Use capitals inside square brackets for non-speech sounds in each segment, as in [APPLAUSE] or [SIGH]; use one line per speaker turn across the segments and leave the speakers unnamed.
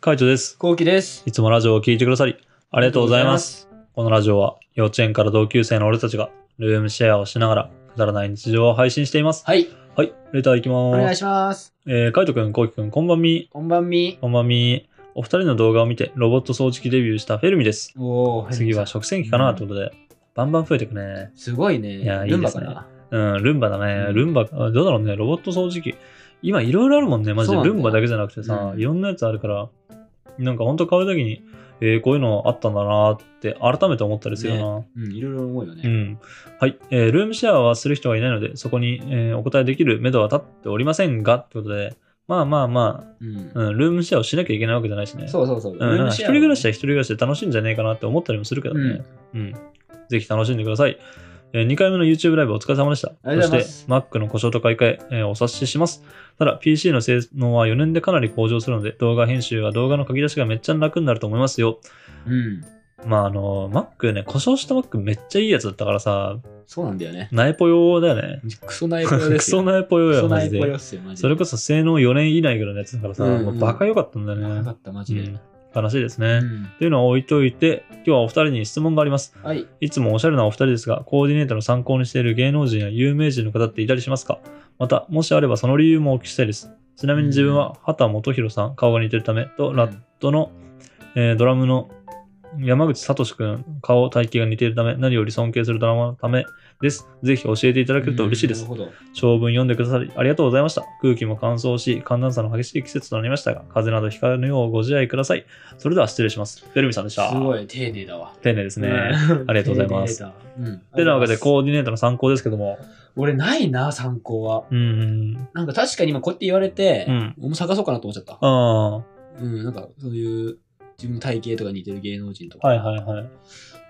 カイトです。
こうきです。
いつもラジオを聴いてくださり、あ
あ
りがとうございます。。このラジオは、幼稚園から同級生の俺たちが、ルームシェアをしながら、くだらない日常を配信しています。
はい、
はい、レターいき
お願
ま
い
す。
します。
えー、カイトくん、コウキくん、こんばんみ。
こんばんみ。
こんばんみ。お二人の動画を見て、ロボット掃除機デビューしたフェルミです。
おー
次は
す
食洗機かなということで、バンバン増えてくね。
ごいね。
いやいい
ルン
で
バ
す
か
ね
な。
うん、ルンバだ
う
ね。
ん
ルンバ、あどうだろうね、ロボット掃除機。今いろいろあるもんね、マジで。
そうなんだ
ル
よ
ンバだけじゃなくてさ、
うん
いろんなやつあるから、なんかほんと買うときに、えーこういうのあったんだなーって改めて思ったりするよ
うん、いろいろ思うよ
な。う
ね。
ん。はい、えールームシェアはする人がいないので、そこに、えーお答えできる目処は立っておりませんが、ってことで、まあまあま
うん
あ、。うん、ルームシェアをしなきゃいけないわけじゃないしね。
そうそうそう。
うん、なんか一人暮らしは
で
一人暮らしで楽しいんじゃねえかなって思ったりもするけどね。うん。ぜひ楽しんでください。えー2回目の YouTube ライブお疲れ様でした。
ありがとうございます
そして Mac の故障と買い替え、えーお察しします。ただ PC の性能は4年でかなり向上するので動画編集は動画の書き出しがめっちゃ楽になると思いますよ。
うん。
まああの、Mac ね、故障した Mac めっちゃいいやつだったからさ、
そうなんだよね。
ナエポ用だよね。
クソナイポヨで
ク [LAUGHS]
すよ。
ソナエポ用や
クソ
マ
ナイ
ジ
ポヨ
で
っ。すよ、マジで。
それこそ性能4年以内ぐらいのやつだからさ、
うんうん
もうバカ良かったんだよ
よか
ね。
った、マジで。
うん悲しいですね。
うん
というのを置いといて、今日はお二人に質問があります。
はい。
いつもおしゃれなお二人ですが、コーディネートの参考にしている芸能人や有名人の方っていたりしますかまた、もしあればその理由もお聞きしたいです。ちなみに自分は畑基博さん、顔が似てるためと、ラットの、えードラムの山口聡くん、顔、体型が似ているため、何より尊敬するドラマのためです。ぜひ教えていただけると嬉しいです
うん。なるほ
長文読んでくださりありがとうございました。空気も乾燥し、寒暖差の激しい季節となりましたが、風邪などひかぬようご自愛ください。それでは失礼します。フェルミさんでし
ど。
た。
すごい、丁寧だわ。
丁寧ですね。
うん
ありがとうございます。
丁寧だうん。
てなわけで、
う。
コーディネートの参考ですけども。
俺ないな、参考は。
うん。
なんか確かに今こうやって言われて
うん、
俺も探そうかなと思っちゃった。
あ
うん、なんかそういう自分の体型とか似てる芸能人と
あ、
か。
はいはいはい。
う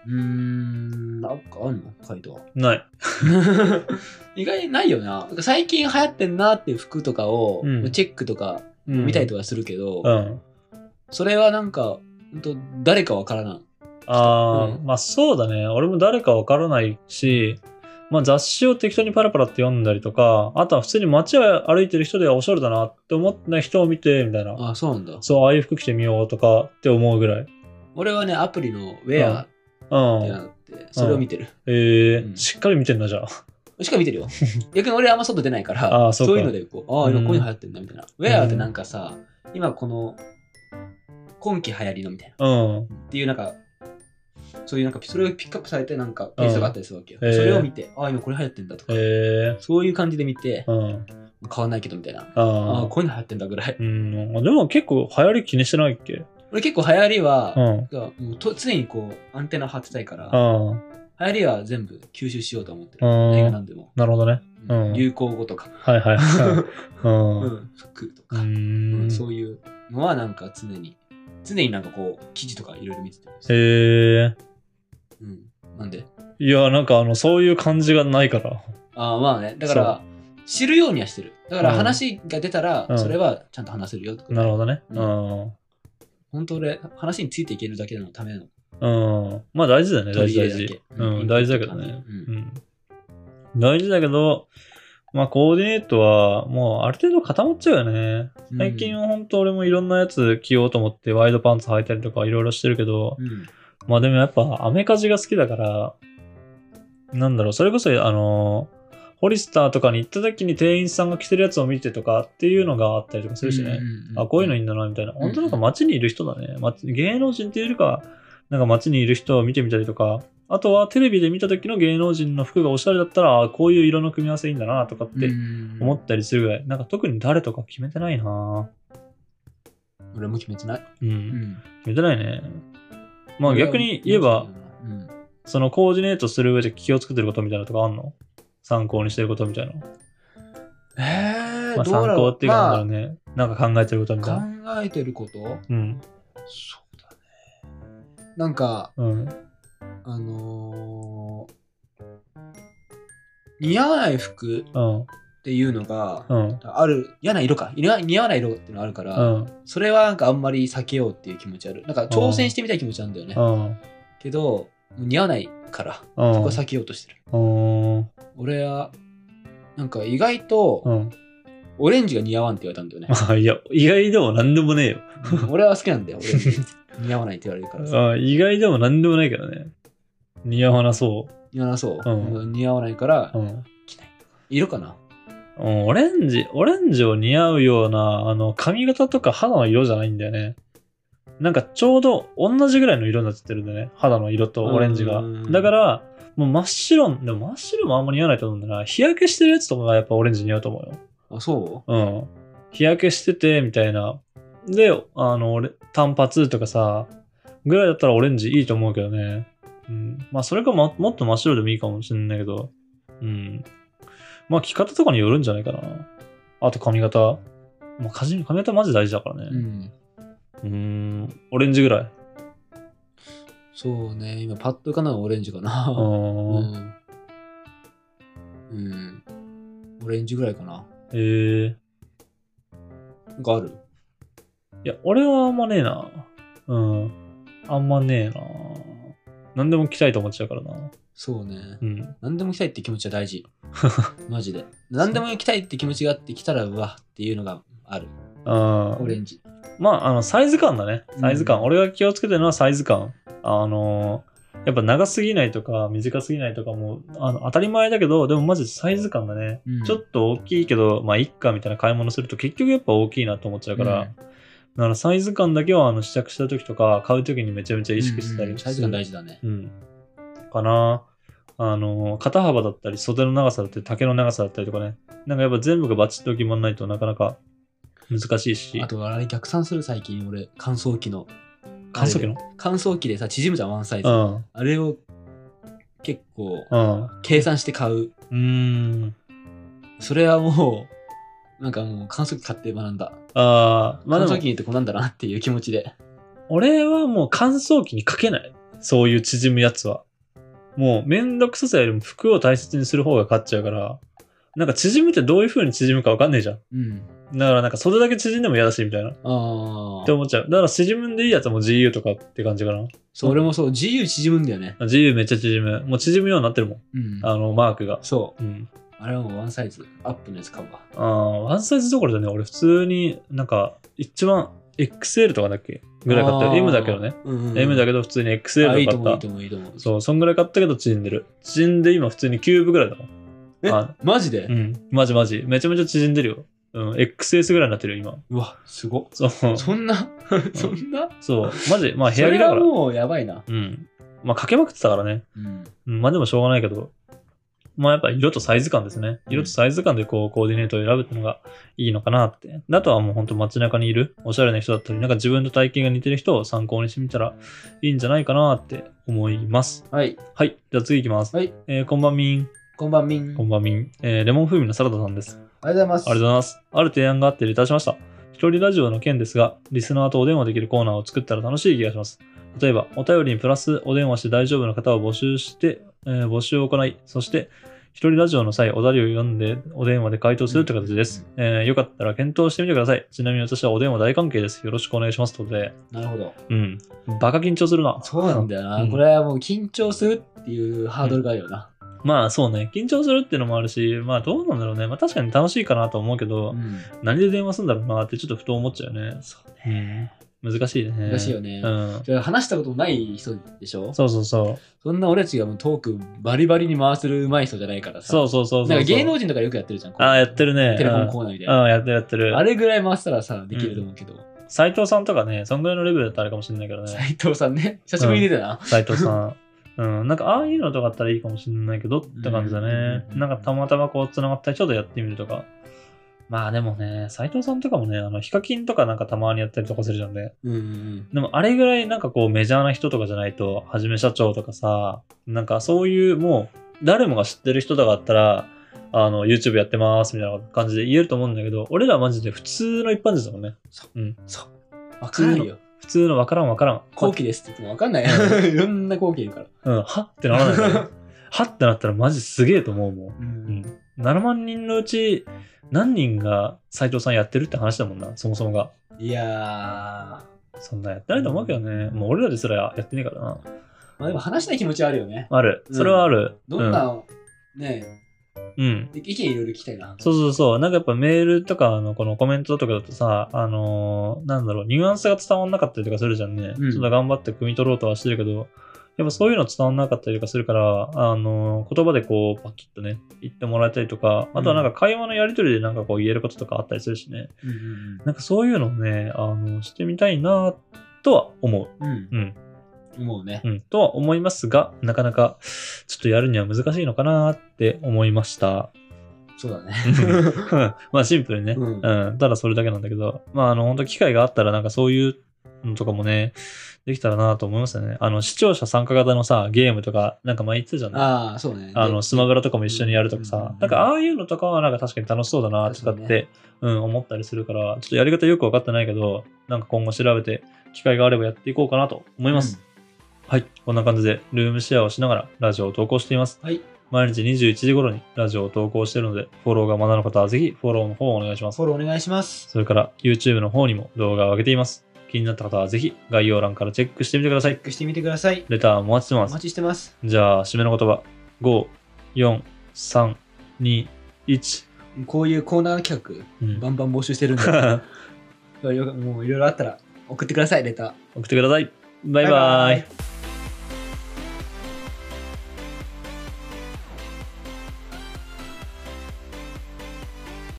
ーん、なんかあんのカイ
[LAUGHS]
トは。
ない。
意外にないよな。なんか最近流行ってんなっていう服とかを、
うん
チェックとか
うん
見たりとかするけど、
うん。
それはなんか、本当誰かわからない。
ああ、
う
まあそうだね。俺も誰かわからないし、まあ雑誌を適当にパラパラって読んだりとか、あとは普通に街を歩いてる人でおしゃれだなって思ってない人を見て、みたいな。
あ、そうなんだ。
そう、ああいう服着てみようとかって思うぐらい。
俺はね、アプリのウェアっ
う
て
ん。
なって、それを見てる。
ええ
うん
しっかり見てんだじゃあ。
しか
[LAUGHS]
見てるよ。逆に俺あんま外出ないか
あー
ら、
そ
そうう
か
いうのでこう、ああ、今
うん
こういうの流行ってんだみたいな。ウェアってなんかさ、今この、今季流行りのみたいな。
うん。
っていうなんか、そういうなんか、それをピックアップされてなんか、ペースがあったりするわけよ。
うんへー
それを見て、ああ、今これ流行ってんだとか、
ええ
そういう感じで見て、
うん。
買わないけどみたいな。ああ、
ああ。
こういうの流行ってんだぐらい。
うん。でも結構流行り気にしてないっけ
俺結構流行りは、
うん。
がもうと常にこう、アンテナ張ってたいから、
ああ。
流行りは全部吸収しようと思ってる。
うん
映画なんでも。
なるほどね。うん
流行語とか、
はいはい
[LAUGHS]
はい。 [LAUGHS] うん。
う、
うん
服と
ー。
か、うんんそういうのはなんか常に、常になんかこう、記事とかいろいろ見ててます。
へえ。
うん。なんで
いや、なんかあの、そういう感じがないから。
ああまあねだから知るようにはしてるだか
う
ら
ん
話が出たら
うん
それはちゃんと話せるよとか、
なるほどね。う。
うん本当俺話についていけるだけのための
うん。まあ大事だよね、大
取
事
り入
大事
れだけ。
う、
うんん
大事だけど
いい
ね
感。じ
う。
うん
大事だけど、まあコーディネートはもうある程度固まっちゃうよね。最近は本当俺もいろんなやつ着ようと思ってワイドパンツ履いたりとかいろいろしてるけど、
うん
まあでもやっぱアメカジが好きだから、なんだろう、それこそあの、ホリスターとかに行った時に店員さんが着てるやつを見てとかっていうのがあったりとかするしね。あ、こういうのいいんだな、みたいな。
ん
本当なんか街にいる人だね。街芸能人っていうよりかは、なんか街にいる人を見てみたりとか、あとはテレビで見た時の芸能人の服がおしゃれだったら、あこういう色の組み合わせいいんだな、とかって思
思
ったりするぐらい。なんか特に誰とか決めてないな
俺も決めてない、
う。
うんん、
決めてないね。まあ逆に言えば、
うん
そのコーディネートする上で気をつけてることみたいなのとかあんの参考にしてることみたいな。
え
まあ、
ー、どうだ
参考
ろ
ってい
う、
うか
ま
なんだろうね。なんか考えてることみたいな。
あ、考えてること
うん。
そうだねなんか
うん。
あのー似合わない服っ
うん。
ていうのが
うん。
ある嫌な色か似合似合わない色っていうのあるから、
うん。
それはなんかあんまり避けようっていう気持ちあるなんか挑戦してみたい気持ちなんだよね
うん。
けど似合わないから
うん。
そこは避けようとしてる
うん。
俺はなんか意外と
うん。 [LAUGHS]
オレンジが似合わんって言われたんだよね。
まあ、いや、意外でも何でもねえよ。
うん俺は好きなんだよ、オレンジ。似合わないって言われるから
[LAUGHS]
さ。
あ意外でも何でもないけどね。似合わなそ
似合わなそう。
うん
うん似合わないから
う。、うん。
着ない。いるかな
うんオレンジ、オレンジを似合うような、あの、髪型とか肌の色じゃないんだよね。なんかちょうど同じぐらいの色になっちゃってるんだよね。肌の色とオレンジが
うん。
だから、もう真っ白、でも真っ白もあんま似合わないと思うんだな。日焼けしてるやつとかがやっぱオレンジ似合うと思うよ。
あ、そ
うん。日焼けしてて、みたいな。で、あの、俺単発とかさ、ぐらいだったらオレンジいいと思うけどね。うん。まあ、それかももっと真っ白でもいいかもしれないけど。うん。まあ、着方とかによるんじゃないかな。あと髪型。まあ、髪髪型マジ大事だから
う
ね
う。ん。
うーん。オレンジぐらい。
そうね。今、パッと浮かんだのはオレンジか
う
な。う
ーん。
ん。うん。オレンジぐらいかな。
えー。
なんかある
いや、俺はあんまねえな。うん。あんまねえな。何でも着たいと思っちゃうからな。
そうね
う。ん。
何でも着たいって気持ちは
[LAUGHS]
大事。マジで。何でも着たいって気持ちがあって来たら、うわっていうのがある。
あー
オレンジ。
まあ、あの、サイズ感だね。サイズ感。
うん
俺が気をつけてるのはサイズ感。あのーやっぱ長すぎないとか、短すぎないとかも、あの、当たり前だけど、でもマジでサイズ感だね。
うん
ちょっと大きいけど、まあ、いっかみたいな買い物すると結局やっぱ大きいなと思っちゃうから、
うん
だからサイズ感だけは、あの、試着した時とか、買う時にめちゃめちゃ意識してた
うんう
り
んサイズ感大事だね。
うん。かな。あの、肩幅だったり、袖の長さだったり、丈の長さだったりとかね。なんかやっぱ全部がバチッと決まんないとなかなか難しいし
あ。と、あれ逆算する最近、俺、乾燥機の。
乾燥機の
乾燥機でさ、縮むじゃん、ワンサイズ。
うん。
あれを結構
うん。
計算して買う。
うーん。
それはもう、なんかもう乾燥機買って学んだ。
ああ、まあ
乾
で
燥
も、
機ってこうなんだなっていう気持ちで。
俺はもう乾燥機にかけない。そういう縮むやつは。もうめんどくささよりも服を大切にする方が勝っちゃうから、なんか縮むってどういう風に縮むかわかんないじゃん。
うん。
だからなんか袖だけ縮んでも嫌だし、みたいな。っ
あ
て
あ。
思っちゃう。だから縮むんでいいやつはもう GU とかって感じかな。
そう、俺もそう、自由縮むんだよね。
GU めっちゃ縮む。もう縮むようになってるもん。
うん。
あの、マークが。
そ
うん。
う。あれはもうワンサイズアップのやつ買うわ。
ああ、ワンサイズどころじゃね、俺普通になんか、一番 XL とかだっけぐらい買ったよ。
あー
M だけどね。。
うんうん
M だけど普通に XL
あい
とか
いと
買った
思う、いい。と思う、いいと思う。
そう、そんぐらい買ったけど縮んでる。縮んで今普通にキューブぐらいだもん。
え
あ
マジで、
うん。マジマジ。めちゃめちゃ縮んでるよ。うん。XS ぐらいになってるよ、今。
うわ、すごっ。
そう。
そんな、そんな、
そう。マジ。まあ部
そ
屋
れ
着だ
は
から。
もうやばいな。
うん。まあかけまくってたからね。
うん。
うん、まあでもしょうがないけど。まあやっぱ色とサイズ感ですね。色とサイズ感でこうコーディネートを選ぶってのがいいのかなって。あとはもうほんと街中にいるおしゃれな人だったり、なんか自分と体型が似てる人を参考にしてみたらいいんじゃないかなって思います。
はい。
はい。じゃあ次行きます。
はい。
えー、こんばんみん。
こんばんみん。
こんばんみん、えーレモン風味のサラダさんです。
おはようございます。
ありがとうございます。ある提案があっていたしました。一人ラジオの件ですが、リスナーとお電話できるコーナーを作ったら楽しい気がします。例えば、お便りにプラスお電話して大丈夫な方を募集して、えー募集を行い、そして、一人ラジオの際、お便りを読んで、お電話で回答するという形です。えーよかったら検討してみてください。ちなみに私はお電話大関係です。よろしくお願いします。ということで、
なるほど。
うん。バカ緊張するな。
そうなんだよな。
うん
これはもう緊張するっていうハードルがあるよな。
まあそうね、緊張するっていうのもあるし、まあどうなんだろうね。まあ確かに楽しいかなと思うけど、
うん
何で電話するんだろうなってちょっとふと思っちゃうね。
そうね。
うん、難しいね。
難しいよね
う。ん。
それ話したこともない人でしょ
そうそうそう。
そんな俺たちがもうトークバリバリに回せる上手い人じゃないからさ。
そうそうそうそう。
なんか芸能人とかよくやってるじゃん。
ああ、やってるね。
テレフォンコーナーみたいな。
うん、やってるやってる。
あれぐらい回せたらさ、できると思うけど。
斎藤さんとかね、そんぐらいのレベルだったらあれかもしれないけどね。
斉藤さんね。久しぶりに出たな。
斎藤さん。うん、なんかああいうのとかあったらいいかもしれないけどって感じだね。
うん
なんかたまたまこうつながった人とやってみるとか。まあでもね、斎藤さんとかもね、あの、ヒカキンとかなんかたまにやったりとかするじゃんね。
うんうん
でもあれぐらいなんかこうメジャーな人とかじゃないと、はじめ社長とかさ、なんかそういうもう誰もが知ってる人とかだったら、あの、YouTube やってますみたいな感じで言えると思うんだけど、俺らマジで普通の一般人だもんね。
うん。そう。わからないよ。
普通のわからんわからん。
後期ですって言ってもわかんないよ。いろんな後期いるから。
うん、はってならないからね [LAUGHS] はってなったらマジすげえと思うもん。
う。
うんん。7万人のうち何人が斎藤さんやってるって話だもんな、そもそもが。
いやー。
そんなやってないと思うけどね。もう俺らですらやってねえからな。
まあでも話したい気持ちはあるよね。
ある。それはある。
どんな、ね
うん。
で意見いろいろ聞きたいな。
そうそうそう。なんかやっぱメールとかのこのコメントとかだとさ、あのーなんだろう、ニュアンスが伝わんなかったりとかするじゃんね。
うん
ちょっと頑張って汲み取ろうとはしてるけど、やっぱそういうの伝わんなかったりとかするから、あのー言葉でこう、パキッとね、言ってもらえたりとか、あとはなんか会話のやりとりでなんかこう言えることとかあったりするしね。
うん
なんかそういうのをね、あの、してみたいなとは思
うんうん。
う。うん。
うん。思うね。
うん。とは思いますが、なかなか、ちょっとやるには難しいのかなって思いました。
そうだね。
[LAUGHS] まあシンプルにね、
うん
うん。ただそれだけなんだけど、まああの、本当機会があったら、なんかそういうのとかもね、できたらなと思いましたね。あの、視聴者参加型のさ、ゲームとか、なんか前言ってたじゃない
ああ、そうね。
あの、
で
スマブラとかも一緒にやるとか
うんうん
さ
う、ん
なんかああいうのとかはなんか確かに楽しそうだなとかって、
確か
うん、思ったりするから、ちょっとやり方よく分かってないけど、なんか今後調べて、機会があればやっていこうかなと思います。はい、こんな感じで、ルームシェアをしながらラジオを投稿しています。
はい
毎日21時頃にラジオを投稿しているので、フォローがまだの方はぜひフォローの方をお願いします。
フォローお願いします。
それから、YouTube の方にも動画を上げています。気になった方はぜひ概要欄からチェックしてみてください
チェッ。クしてみてください。
レターもお待ちしてま
お
す
待。ちしてます。
じゃあ、締めの言葉。5、4、3、2、1。
こういうコーナー企
う
画、
ん、
バンバン募集してるんで、
送
よもういろいろあったら送ってください、レター。
[LAUGHS] ってください。バイバイ。
バイバイ